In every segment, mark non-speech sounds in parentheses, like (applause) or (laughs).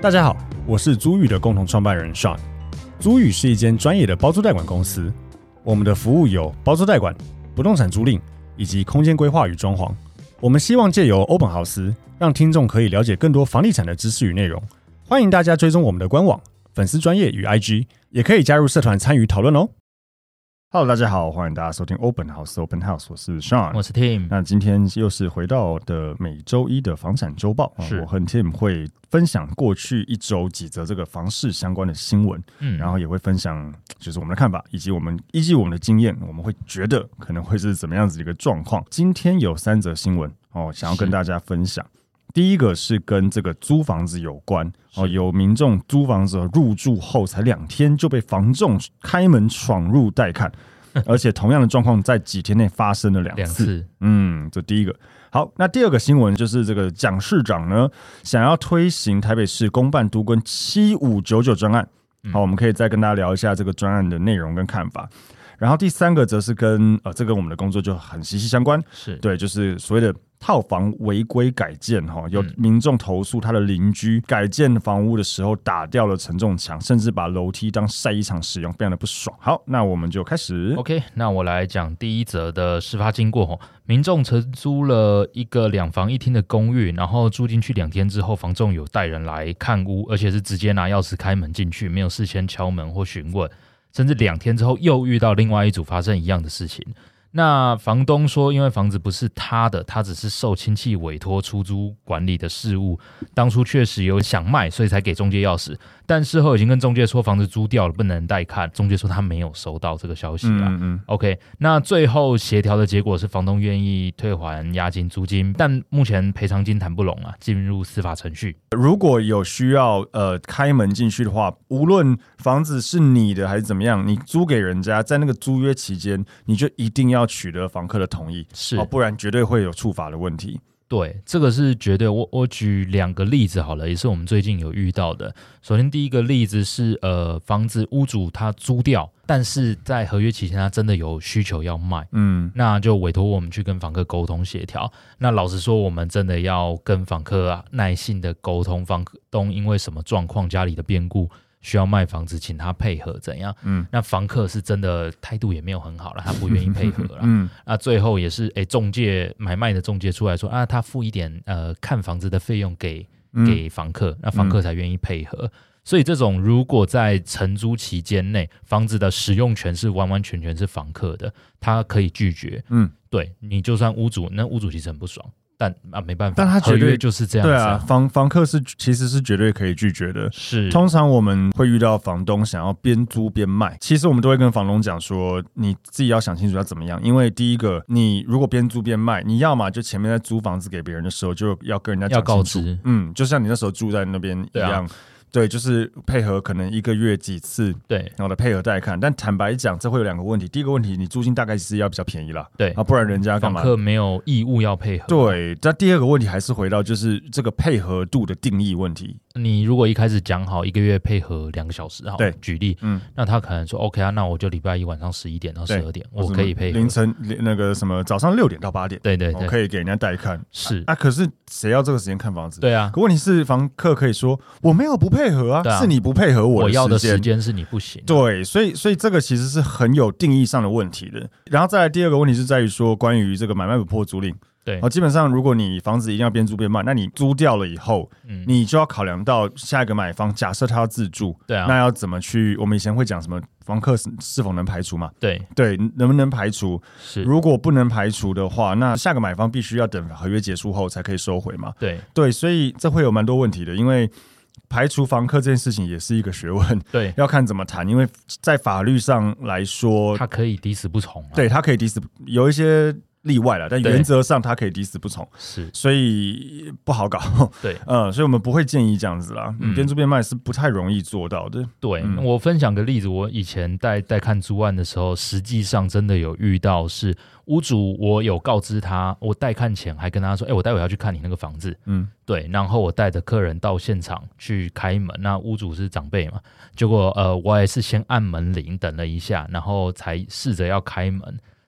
大家好，我是租宇的共同创办人 Sean。租宇是一间专业的包租代管公司，我们的服务有包租代管、不动产租赁以及空间规划与装潢。我们希望借由欧本豪斯，让听众可以了解更多房地产的知识与内容。欢迎大家追踪我们的官网、粉丝专业与 IG，也可以加入社团参与讨论哦。Hello，大家好，欢迎大家收听 Open House Open House，我是 Sean，我是 Tim，那今天又是回到的每周一的房产周报，啊是我和 Tim 会分享过去一周几则这个房市相关的新闻，嗯，然后也会分享就是我们的看法，以及我们依据我们的经验，我们会觉得可能会是怎么样子的一个状况。今天有三则新闻哦，想要跟是大家分享。第一个是跟这个租房子有关哦，是有民众租房子入住后才两天就被房仲开门闯入带 (laughs) 看，而且同样的状况在几天内发生了两两次。次嗯，这第一个。好，那第二个新闻就是这个蒋市长呢，想要推行台北市公办都跟七五九九专案。好，我们可以再跟大家聊一下这个专案的内容跟看法。然后第三个则是跟呃，这跟我们的工作就很息息相关，是对，就是所谓的套房违规改建哈，有民众投诉他的邻居改建房屋的时候打掉了承重墙，甚至把楼梯当晒衣场使用，非常的不爽。好，那我们就开始。 OK，那啊我来讲第一则的事发经过吼。民众承租了一个两房一厅的公寓，然后住进去两天之后，房仲有带人来看屋，而且是直接拿钥匙开门进去，没有事先敲门或询问，甚至两天之后又遇到另外一组发生一样的事情。那房东说，因为房子不是他的，他只是受亲戚委托出租管理的事务，当初确实有想卖，所以才给中介钥匙，但事后已经跟中介说房子租掉了，不能带看。中介说他没有收到这个消息啊。嗯嗯 OK，那最后协调的结果是房东愿意退还押金、租金，但目前赔偿金谈不拢啊，进入司法程序。如果有需要呃开门进去的话，无论房子是你的还是怎么样，你租给人家，在那个租约期间，你就一定要取得房客的同意，是哦，不然绝对会有触法的问题。对，这个是绝对。我我举两个例子好了，也是我们最近有遇到的。首先，第一个例子是呃，房子屋主他租掉，但是在合约期间他真的有需求要卖，嗯那就委托我们去跟房客沟通协调。那老实说，我们真的要跟房客啊耐心的沟通，房东因为什么状况、家里的变故需要卖房子，请他配合怎样？嗯那房客是真的态度也没有很好了，他不愿意配合 (laughs) 了。嗯那最后也是，诶，中介买卖的中介出来说啊，他付一点呃看房子的费用给嗯，给房客，那房客才愿意配合。所以这种如果在承租期间内，房子的使用权是完完全全是房客的，他可以拒绝。嗯，对你就算屋主，那屋主其实很不爽，但啊没办法，但他绝合对约就是这样子、对啊，房房客是其实是绝对可以拒绝的。是通常我们会遇到房东想要边租边卖，其实我们都会跟房东讲说，你自己要想清楚要怎么样。因为第一个，你如果边租边卖，你要么就前面在租房子给别人的时候就要跟人家要讲告清楚，知，嗯，就像你那时候住在那边一对啊样，对，就是配合可能一个月几次，对然后来配合带看。但坦白讲，这会有两个问题，第一个问题，你租金大概是要比较便宜啦，对啊，，不然人家干房嘛？客没有义务要配合。对，但第二个问题还是回到就是这个配合度的定义问题。你如果一开始讲好一个月配合两个小时，好，对举例，嗯嗯，那他可能说 OK 啊，那我就礼拜一晚上十一点到十对二点，我可以配合凌，晨那个什么早上六点到八点，对对我对，可以给人家带看。是，啊，可是谁要这个时间看房子？。对啊，可问题是，房客可以说我没有不配合对啊，啊是你不配合我我要的时时间。间是你不行，啊对，所以所以这个其实是很有定义上的问题的。然后再来第二个问题是在于说关于这个买卖不破租赁。对哦，基本上如果你房子一定要边租边卖，那你租掉了以后，嗯你就要考量到下一个买方，假设他要自住，对啊那要怎么去？我们以前会讲什么房客是是否能排除嘛？对对，能不能排除？是，如果不能排除的话，那下个买方必须要等合约结束后才可以收回嘛？对对，所以这会有蛮多问题的，因为排除房客这件事情也是一个学问。对，要看怎么谈，因为在法律上来说，他可以抵死不从啊，对他可以抵死，有一些例外了，但对原则上他可以抵死不从，是，所以不好搞。 (laughs) 对嗯，所以我们不会建议这样子啦，嗯边租边卖是不太容易做到的。对、嗯我分享个例子，我以前带带看租案的时候，实际上真的有遇到是屋主，我有告知他，我带看前还跟他说，哎、我待会要去看你那个房子，嗯，对，然后我带着客人到现场去开门，那屋主是长辈嘛，结果呃，我也是先按门铃等了一下，然后才试着要开门，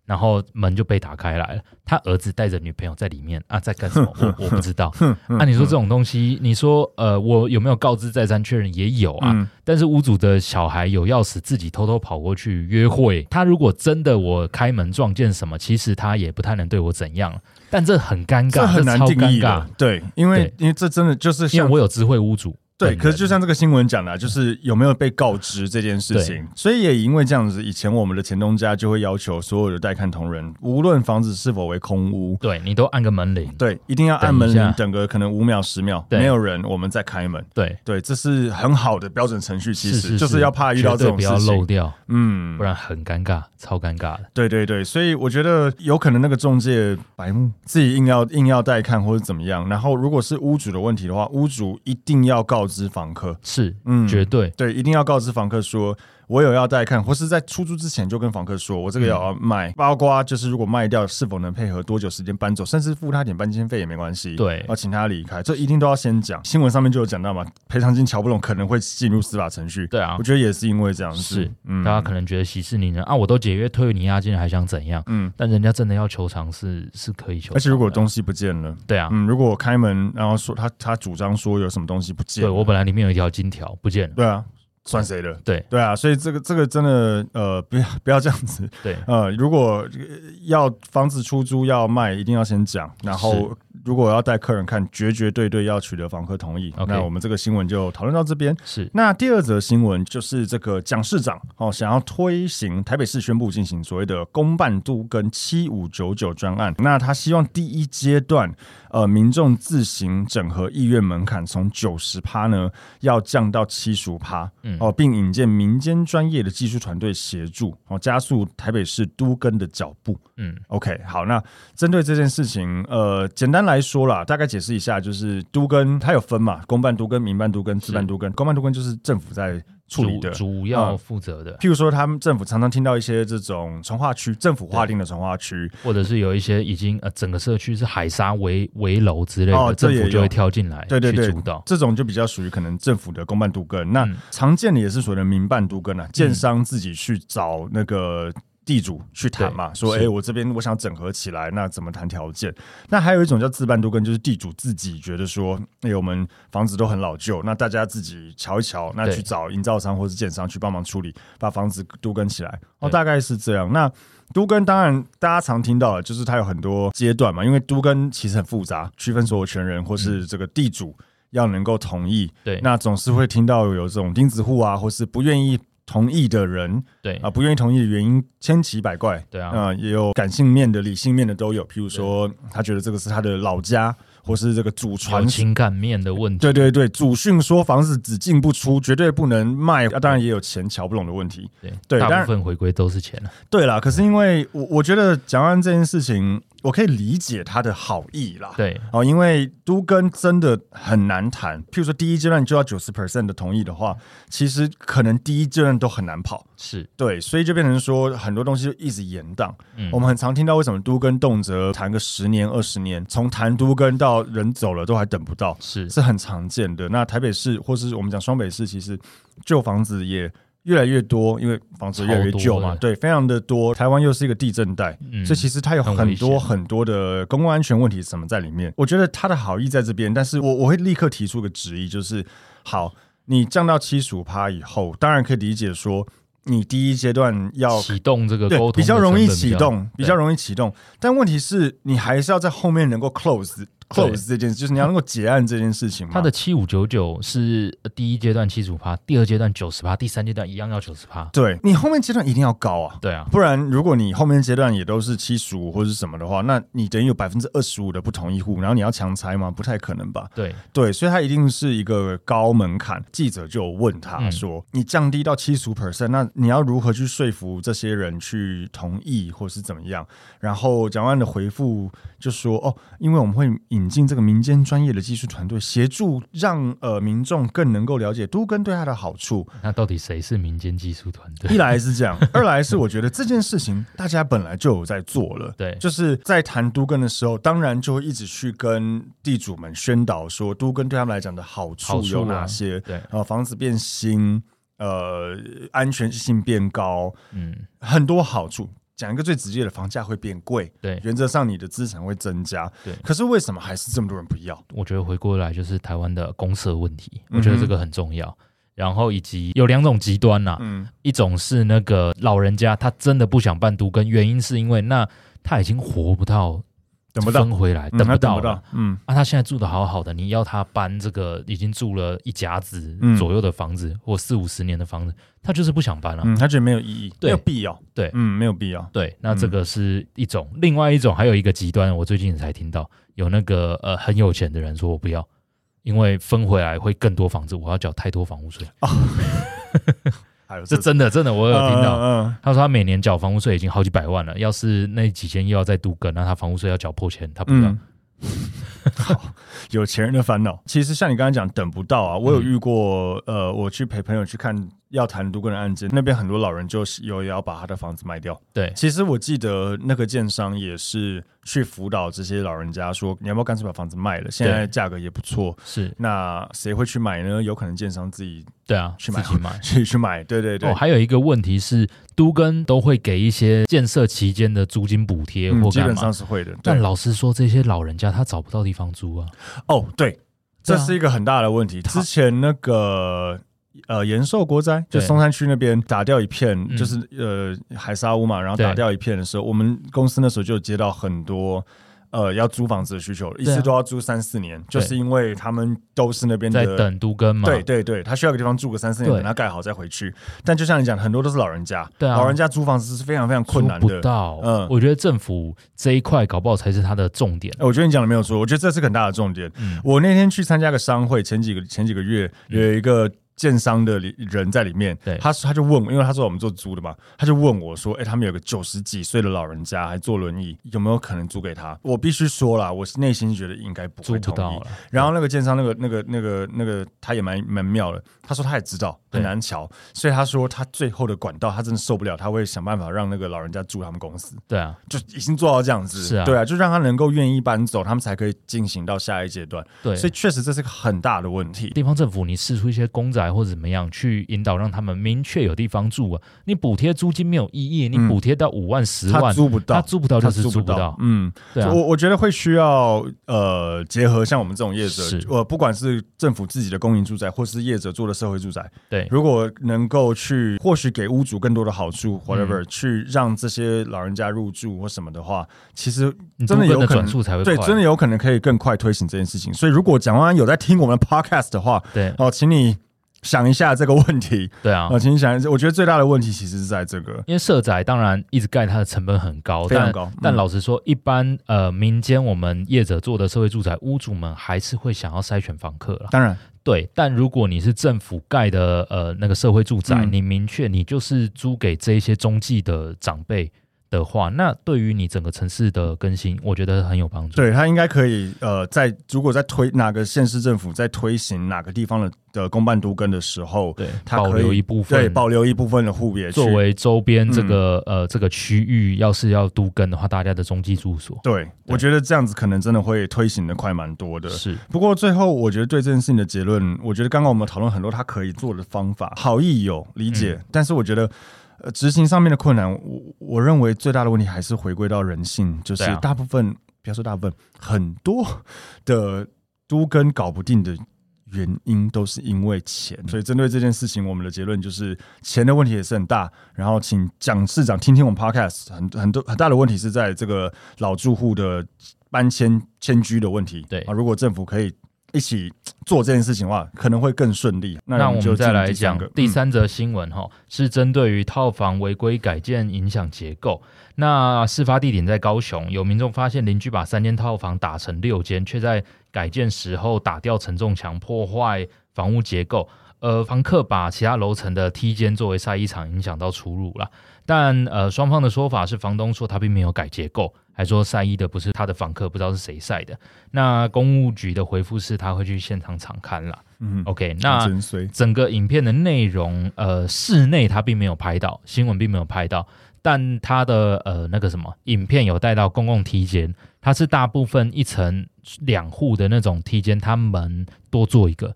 然后门就被打开来了，他儿子带着女朋友在里面啊，在干什么？我我不知道。啊，你说这种东西，你说呃，我有没有告知再三确认？也有啊，嗯但是屋主的小孩有钥匙，自己偷偷跑过去约会。他如果真的我开门撞见什么，其实他也不太能对我怎样。但这很尴这尬，很难超定尴义尬的。，对，因为对因为这真的就是因像为我有知会屋主本对，人。可是就像这个新闻讲的啊，就是有没有被告知这件事情，所以也因为这样子，以前我们的前东家就会要求所有的带看同仁，无论房子是否为空屋，对你都按个门铃，对，一定要按门等一铃下等个可能五秒十秒，对没有人我们再开门。对，对，这是很好的标准程序，其是实是就是要怕遇到这绝对种不要事漏情。掉，嗯不，然很尴尬，超尴尬的。对对对，所以我觉得有可能那个中介白目，自己硬要硬要带看或者怎么样。然后如果是屋主的问题的话，屋主一定要告知房客。是，嗯绝对对，一定要告知房客说，我有要带看，或是在出租之前就跟房客说，嗯我这个要卖，包括就是如果卖掉，是否能配合多久时间搬走，甚至付他一点搬迁费也没关系。对要请他离开，这一定都要先讲。新闻上面就有讲到嘛，赔偿金瞧不拢，可能会进入司法程序。对啊我，觉得也是因为这样子。是，嗯大家可能觉得息事宁人啊，我都解约退你押金了，还想怎样？嗯，但人家真的要求偿是是可以求偿的，而且如果东西不见了，对啊，嗯，如果我开门然后说他他主张说有什么东西不见对了，我本来里面有一条金条不见了，对啊，算谁的？对对啊，所以这个这个真的呃，不要不要这样子。对呃，如果呃要房子出租要卖，一定要先讲。然后是，如果要带客人看，绝绝对对要取得房客同意。 OK 那我们这个新闻就讨论到这边。是那第二则新闻就是这个蒋市长哦，想要推行台北市宣布进行所谓的公办都跟七五九九专案。那他希望第一阶段，呃，民众自行整合意愿门槛从九十趴呢，要降到七十趴嗯哦，并引荐民间专业的技术团队协助哦，加速台北市都跟的脚步。嗯 OK，好，那针对这件事情，呃，简单来说啦，大概解释一下，就是都跟它有分嘛，公办都跟、民办都跟、自办都跟，公办都跟就是政府在处理主的。嗯主要负责的，譬如说，他们政府常常听到一些这种从化区，政府划定的从化区，或者是有一些已经呃整个社区是海沙围围楼之类哦的，这政也府就有会跳进来对对去对主导，这种就比较属于可能政府的公办都跟。那嗯常见的也是所谓的民办都跟啊，建商自己去找那个。地主去谈嘛，对说哎、是诶我这边我想整合起来，那怎么谈条件？那还有一种叫自办都跟，就是地主自己觉得说，哎、我们房子都很老旧，那大家自己瞧一瞧，那对去找营造商或是建商去帮忙处理，把房子都跟起来。哦，对大概是这样。那都跟当然大家常听到的，就是它有很多阶段嘛，因为都跟其实很复杂，区分所有权人或是这个地主要能够同意，嗯对那总是会听到有这种钉子户啊，或是不愿意同意的人对啊，不愿意同意的原因千奇百怪。对啊，啊、也有感性面的、理性面的都有。譬如说，他觉得这个是他的老家，或是这个祖有传情感面的问题，对对对，祖训说房子只进不出，绝对不能卖。啊、当然也有钱瞧不拢的问题。对大当然部分回归都是钱 (laughs) 啊了，对啦，可是因为我我觉得蒋万安这件事情，我可以理解他的好意啦。对哦，因为都跟真的很难谈。譬如说，第一阶段就要九十 percent 的同意的话，其实可能第一阶段都很难跑。是对，所以就变成说很多东西就一直延宕。嗯我们很常听到为什么都跟动辄谈个十年二十年，从谈都跟到人走了都还等不到，是是很常见的。那台北市或是我们讲双北市，其实旧房子也越来越多，因为房子越来越旧嘛，超多的对，非常的多。台湾又是一个地震带，嗯所以其实它有很很危多险很多的公共安全问题什么在里面。我觉得他的好意在这边，但是我我会立刻提出个质疑，就是好，你降到七十五趴以后，当然可以理解说你第一阶段要启动这个沟哦对通比较容易的成本启动，比对较容易启动，但问题是你还是要在后面能够 close close 这件事，就是你要能够结案这件事情嘛。它的七五九九是呃第一阶段七十五趴，第二阶段九十趴，第三阶段一样要九十趴。对你后面阶段一定要高啊，对啊，不然，如果你后面阶段也都是七十五或是什么的话，那你等于有百分之二十五的不同意户，然后你要强拆吗？不太可能吧？对，对，所以它一定是一个高门槛。记者就有问他说：“你降低到七十 percent，那你要如何去说服这些人去同意，或是怎么样？”然后蒋万安的回复就说：“哦，因为我们会引进这个民间专业的技术团队，协助让呃民众更能够了解都跟对它的好处。那到底谁是民间技术团 (laughs) 一队？来是这 (laughs) 样，二来是我觉得这件事情大家本来就有在做了。”对，就是在谈都跟的时候，当然就会一直去跟地主们宣导说，都跟对他们来讲的好好处处啊有哪些，对，呃，房子变新，呃，安全性变高，嗯，很多好处。讲一个最直接的，房价会变贵，对，原则上你的资产会增加，对可是为什么还是这么多人不要？我觉得回过来就是台湾的公社问题，嗯哼我觉得这个很重要。然后以及有两种极端呐、嗯，一种是那个老人家他真的不想办独根，原因是因为那他已经活不到等不到，分回来，嗯 (laughs) 等他不到不了到。，嗯啊，他现在住的好好的，你要他搬这个已经住了一甲子嗯左右的房子，或四五十年的房子，他就是不想搬了、嗯，他觉得没有意义，没对有必要，对嗯，没有必要，对，那这个是一种，另外一种还有一个极端，我最近才听到有那个呃很有钱的人说我不要，因为分回来会更多房子，我要缴太多房屋税。还有这真的真的我我有听到，嗯他说他每年缴房屋税已经好几百万了，要是那几间又要再度更，那他房屋税要缴破千，他不要。嗯， (laughs) 好，有钱人的烦恼。其实像你刚刚讲，等不到啊，嗯我有遇过，呃，我去陪朋友去看要谈独个人案件，那边很多老人就是有要把他的房子卖掉。对其实我记得那个建商也是去辅导这些老人家说，你要不要干脆把房子卖了？现在价格也不错。是，那谁会去买呢？有可能建商自己对啊，去自买己买。自己去买，对对对，哦，还有一个问题是，都跟都会给一些建设期间的租金补贴嗯或基干本嘛上。是会的。对但老实说，这些老人家他找不到地方租啊。哦，对，对这啊是一个很大的问题。之前那个呃延寿国灾，就对松山区那边打掉一片，嗯就是呃海沙屋嘛，然后对打掉一片的时候，我们公司那时候就接到很多。呃，要租房子的需求，一对次啊都要租三四年，就是因为他们都是那边在的，等都跟嘛，对对对，他需要个地方住个三四年，对等他盖好再回去。但就像你讲，很多都是老人家，对啊老人家租房子是非常非常困租难的。不到。嗯我觉得政府这一块搞不好才是它的重点。哎我觉得你讲的没有错，我觉得这是个很大的重点。嗯我那天去参加个商会，前几个前几个月有一个建商的里人在里面，对他他就问我，因为他说我们做租的嘛，他就问我说，哎、他们有个九十几岁的老人家还坐轮椅，有没有可能租给他？我必须说啦，我内心觉得应该不租会不同到意了。，然后那个建商那个那个那个那个他也蛮蛮妙的，他说他也知道很对难瞧，所以他说他最后的管道他真的受不了，他会想办法让那个老人家住他们公司。对啊，就已经做到这样子，是啊对啊，就让他能够愿意搬走，他们才可以进行到下一阶段。对。所以确实这是个很大的问题。地方政府，你试出一些公仔或者怎么样，去引导让他们明确有地方住啊。你补贴租金没有意义，你嗯补贴到五万、十他万，租不到他，租不到就是租租不到到。。嗯，对啊我，我觉得会需要呃，结合像我们这种业者是，呃，不管是政府自己的公营住宅，或是业者做的社会住宅，对如果能够去或许给屋主更多的好处，whatever，、去嗯让这些老人家入住或什么的话，其实你真的租有跟的可能转速才会对快真的有可能可以更快推行这件事情。所以，如果蒋万安有在听我们的 podcast 的话，对哦，请你想一下这个问题对啊啊、。请你想一下，我觉得最大的问题其实是在这个，因为社宅当然一直盖它的成本很高，非常但高嗯但老实说，一般呃民间我们业者做的社会住宅，屋主们还是会想要筛选房客啦。当然，对，但如果你是政府盖的呃那个社会住宅，嗯你明确你就是租给这一些中继的长辈的话，那对于你整个城市的更新，我觉得很有帮助。对他应该可以呃，在如果在推哪个县市政府在推行哪个地方的的公办都跟的时候，对，它保可以留一部对分。保嗯留一部分的户别去作为周边这个、呃这个区域，要是要都更的话，大家的中继住所对，我觉得这样子可能真的会推行的快蛮多的。是不过最后，我觉得对这件事情的结论，我觉得刚刚我们讨论很多他可以做的方法，好意有理解，嗯但是我觉得。呃，执行上面的困难，我我认为最大的问题还是回归到人性，就是对啊大部分，不要说大部分，很多的都跟搞不定的原因都是因为钱。嗯所以针对这件事情，我们的结论就是钱的问题也是很大。然后请蒋市长听听我们 podcast，很很多很大的问题是在这个老住户的搬迁迁居的问题。对啊，如果政府可以一起做这件事情的话，可能会更顺利。那那我我们就们再进入来第三讲个嗯第，三则新闻哈，是针对于套房违规改建影响结构。那事发地点在高雄，有民众发现邻居把三间套房打成六间，却在改建时候打掉承重墙，破坏房屋结构。呃，房客把其他楼层的梯间作为晒衣场，影响到出入啦。但呃，双方的说法是，房东说他并没有改结构，还说晒衣的不是他的房客，不知道是谁晒的。那公务局的回复是，他会去现场查看啦。嗯，嗯 OK，那真衰，整个影片的内容，呃，室内它并没有拍到，新闻并没有拍到，但它的呃那个什么影片有带到公共梯间，它是大部分一层两户的那种梯间，它门多做一个，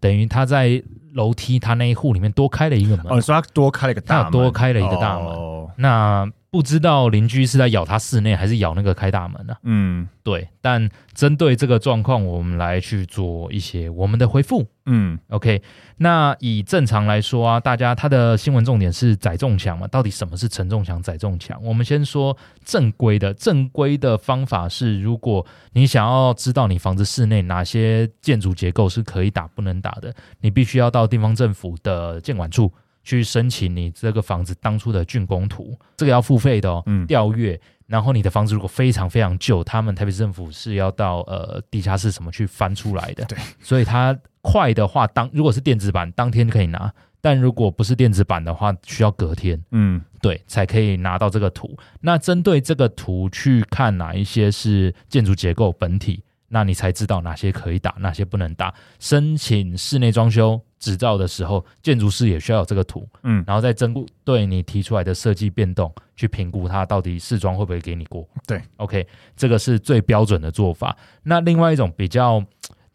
等于它在楼梯它那一户里面多开了一个门，哦，你说他多开了一个大他门，有多开了一个大门哦那不知道邻居是在咬他室内还是咬那个开大门呢、啊？嗯对，但针对这个状况，我们来去做一些我们的回复。嗯 OK，那以正常来说啊，大家它的新闻重点是载重墙嘛？到底什么是承重墙、载重墙？我们先说正规的，正规的方法是，如果你想要知道你房子室内哪些建筑结构是可以打、不能打的，你必须要到地方政府的建管处去申请你这个房子当初的竣工图，这个要付费的哦。嗯调阅，然后你的房子如果非常非常旧，他们台北市政府是要到呃地下室什么去翻出来的。对，所以它快的话，当如果是电子版，当天就可以拿；但如果不是电子版的话，需要隔天。嗯对，才可以拿到这个图。那针对这个图去看哪一些是建筑结构本体，那你才知道哪些可以打，哪些不能打。申请室内装修执照的时候，建筑师也需要有这个图，嗯然后再针对你提出来的设计变动去评估它到底试装会不会给你过。对，OK，这个是最标准的做法。那另外一种比较。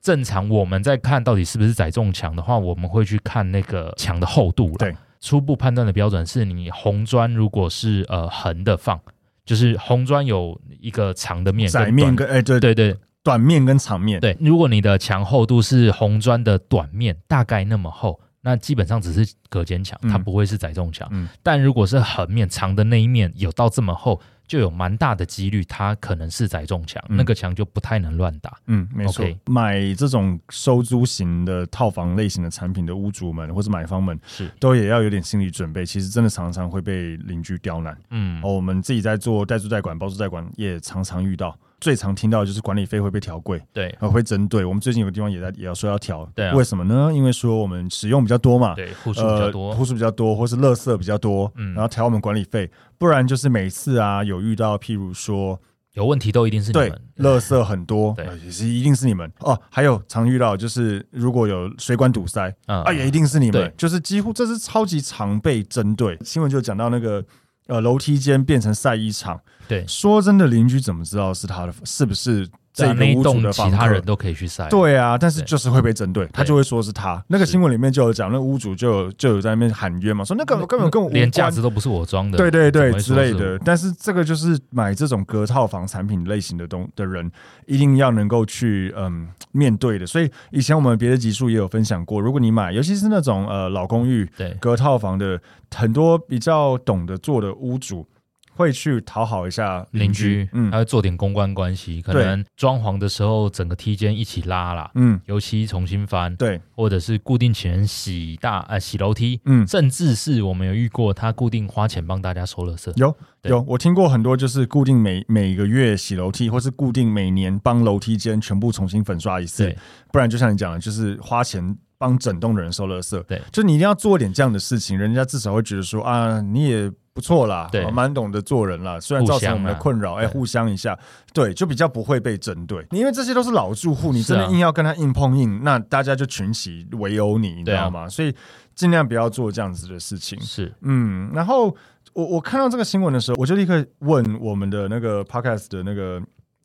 正常我们在看到底是不是载重墙的话，我们会去看那个墙的厚度了。对，初步判断的标准是你红砖如果是呃横的放，就是红砖有一个长的面跟窄短面跟哎、对对对对短面跟长面，对，如果你的墙厚度是红砖的短面，大概那么厚，那基本上只是隔间墙，嗯它不会是载重墙。嗯但如果是横面长的那一面有到这么厚，就有蛮大的几率它可能是载重墙，嗯那个墙就不太能乱打。嗯，没错 OK 买这种收租型的套房类型的产品的屋主们或者买方们，是，都也要有点心理准备。其实真的常常会被邻居刁难。嗯哦，我们自己在做代租代管、包租代管，也常常遇到。最常听到的就是管理费会被调贵，对呃，会针对。我们最近有个地方也在也要说要调，对啊为什么呢？因为说我们使用比较多嘛，对，户数比较呃，多，户数比较多，或是垃圾比较多，嗯然后调我们管理费。不然就是每次啊，有遇到譬如说，有问题都一定是你对们，。垃圾很多，对呃也是一定是你们哦。还有常遇到就是如果有水管堵塞，嗯啊，也一定是你们对，就是几乎这是超级常被针对。新闻就讲到那个呃楼梯间变成晒衣场，对，说真的，邻居怎么知道是他的是不是这那个一屋主栋的啊其房他客人？都可以去晒。对啊，但是对就是会被针对，他就会说是他。那个是新闻里面就有讲，那屋主就有就有在那边喊冤嘛，说那根本根本跟我无连架关子都不是我装的，对对对怎么会之说类是的。但是这个就是买这种隔套房产品类型的东的人，一定要能够去嗯面对的。所以以前我们别的集数也有分享过，如果你买，尤其是那种呃老公寓对隔套房的，很多比较懂得做的屋主会去讨好一下邻居居，，他嗯会做点公关关系，可对能装潢的时候整个梯间一起拉啦，嗯，油漆重新翻，对，或者是固定请人洗大呃洗楼梯，嗯。甚至是我们有遇过他固定花钱帮大家收垃圾，有对有，我听过很多，就是固定每每个月洗楼梯，或是固定每年帮楼梯间全部重新粉刷一次对，不然就像你讲的，就是花钱帮整栋的人收垃圾。对，就你一定要做点这样的事情，人家至少会觉得说啊，你也不错啦，对啊蛮懂得做人啦。虽然造成我们的互相啊困扰，哎，对啊互相一下，对，就比较不会被针对。因为这些都是老住户，你是真啊的硬要跟他硬碰硬，那大家就群起围殴你，你知对啊道吗？所以尽量不要做这样子的事情。是嗯，然后我我看到这个新闻的时候，我就立刻问我们的那个 podcast 的那个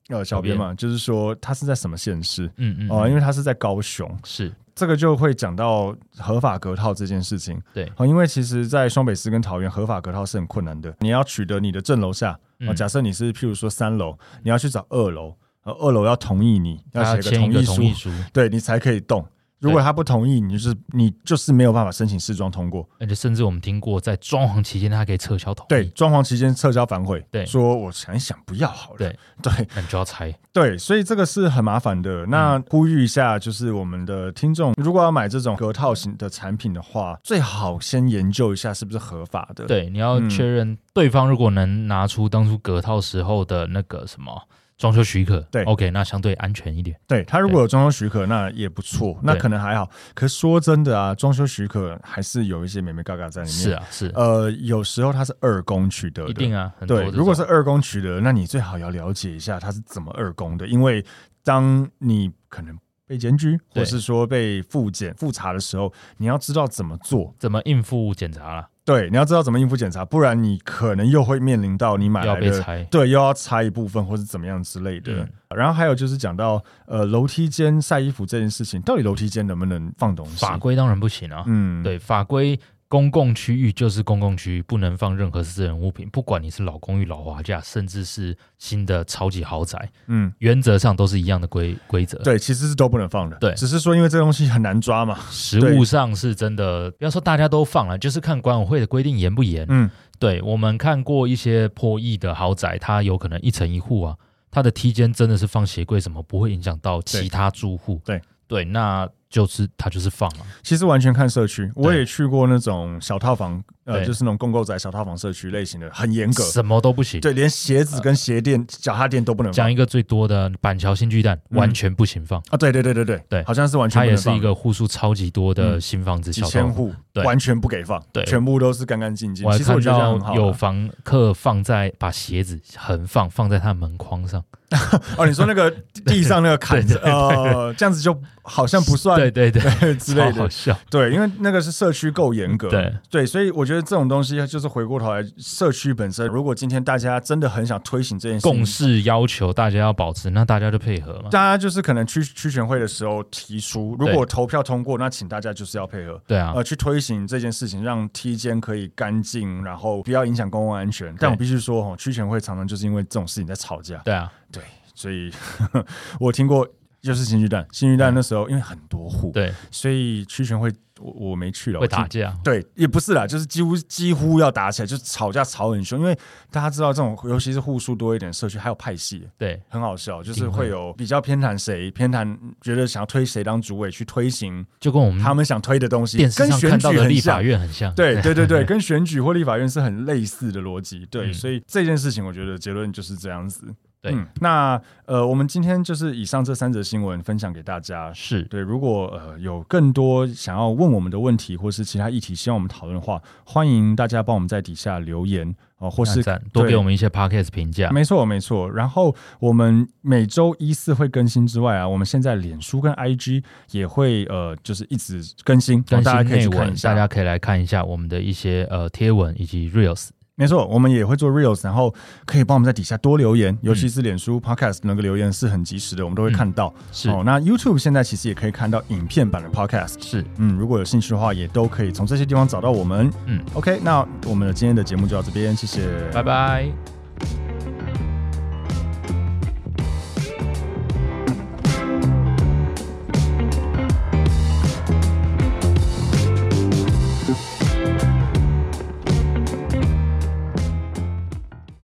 呃小编嘛，就是说他是在什么县市嗯嗯哦、因为为他是在高雄，是这个就会讲到合法隔套这件事情。对哦，因为其实，在双北市跟桃园，合法隔套是很困难的。你要取得你的正楼下，嗯哦，假设你是譬如说三楼，你要去找二楼，呃，二楼要同意你，他要写个签同一个意同书意，书，对你才可以动。如果对他不同意，你就是你就是没有办法申请试装通过。而且甚至我们听过在装潢期间他还可以撤销同对，意，装潢期间撤销反悔，嗯对说我想一想不要好了，对对那你就要拆，对所以这个是很麻烦的。嗯那呼吁一下，就是我们的听众，如果要买这种隔套型的产品的话，最好先研究一下是不是合法的。，对，你要嗯确认对方如果能拿出当初隔套时候的那个什么装修许可，对，OK，那相对安全一点，对他如果有装修许可，那也不错，那对可能还好。可是说真的啊，装修许可还是有一些美美嘎嘎在里面。是，啊，是，呃，有时候它是二工取得的，一定啊，很多对，这如果是种二宫取得，那你最好要了解一下他是怎么二宫的，因为当你可能被检举，或对是说被复检复查的时候，你要知道怎么做，怎么应付检查啦，对，你要知道怎么应付检查，不然你可能又会面临到你买要来被的。拆，对，又要拆一部分或是怎么样之类的。嗯然后还有就是讲到呃楼梯间晒衣服这件事情，到底楼梯间能不能放东西？法规当然不行啊，嗯，对，法规公共区域就是公共区域，不能放任何私人物品，不管你是老公寓、老华价，甚至是新的超级豪宅，嗯，原则上都是一样的规规则。对，其实是都不能放的，对只是说因为这东西很难抓嘛，实物上是真的，不要说大家都放了，就是看管委会的规定严不严。嗯，对我们看过一些破亿的豪宅，它有可能一层一户啊，它的梯间真的是放鞋柜什么，不会影响到其他住户。对对，那就是它就是放啊了。其实完全看社区，我也去过那种小套房，呃，对就是那种共购宅小套房社区类型的，很严格，什么都不行。对，连鞋子跟鞋垫、脚踏垫都不能放呃讲一个最多的板桥新巨蛋，嗯完全不行放，啊，对对对对对对好像是完全它不也能是放一个户数超级多的嗯新房子，几小千套房。户，对完全不给放，对全部都是干干净净我。还其实看我觉得这样很到好有啊。房客放在把鞋子横放放在他门框上，哦，你说那 (laughs) 个地上那个坎子，对对对对呃，这样子就好像不算对 (laughs) 对对， (laughs) 之类超好的，笑。对，因为那个是社区够严格，对对，所以我觉得这种东西就是回过头来，社区本身，如果今天大家真的很想推行这件事情共识要求大家要保持，那大家就配合嘛。大家就是可能区区选会的时候提出，如果投票通过，那请大家就是要配合。对啊，呃，去推行这件事情，让梯间可以干净，然后不要影响公共安全。但我必须说，哈，区选会常常就是因为这种事情在吵架，对啊，所以 (laughs) 我听过就是新巨蛋，新巨蛋那时候因为很多户，对，所以区选会我我没去了，会我听打架。对，也不是啦，就是几乎几乎要打起来，就吵架吵很凶，因为大家知道这种，尤其是户数多一点的社区，还有派系，对很好笑，就一是定会会有比较偏袒谁，偏袒觉得想要推谁当主委去推行就跟我们他们想推的东西，嗯电视跟上选看到举的很立法像。院很像。对对对 (laughs) 对，跟选举或立法院是很类似的逻辑。对，嗯所以这件事情，我觉得结论就是这样子。对嗯那呃，我们今天就是以上这三则新闻分享给大家。是，对，如果呃有更多想要问我们的问题，或是其他议题希望我们讨论的话，欢迎大家帮我们在底下留言哦、或不是多对给我们一些 podcast 评价。没错，没错。然后我们每周一四会更新之外啊，我们现在脸书跟 IG 也会呃，就是一直更新，更大家新可以内去看文一，下。大家可以来看一下我们的一些呃贴文以及 reels。没错，我们也会做嗯 Reels，然后可以帮我们在底下多留言，尤其是脸书 Podcast 那个留言是很及时的，我们都会看到。是哦，那 YouTube 现在其实也可以看到影片版的 Podcast。是，嗯，如果有兴趣的话，也都可以从这些地方找到我们。嗯，OK，那我们的今天的节目就到这边，谢谢，拜拜。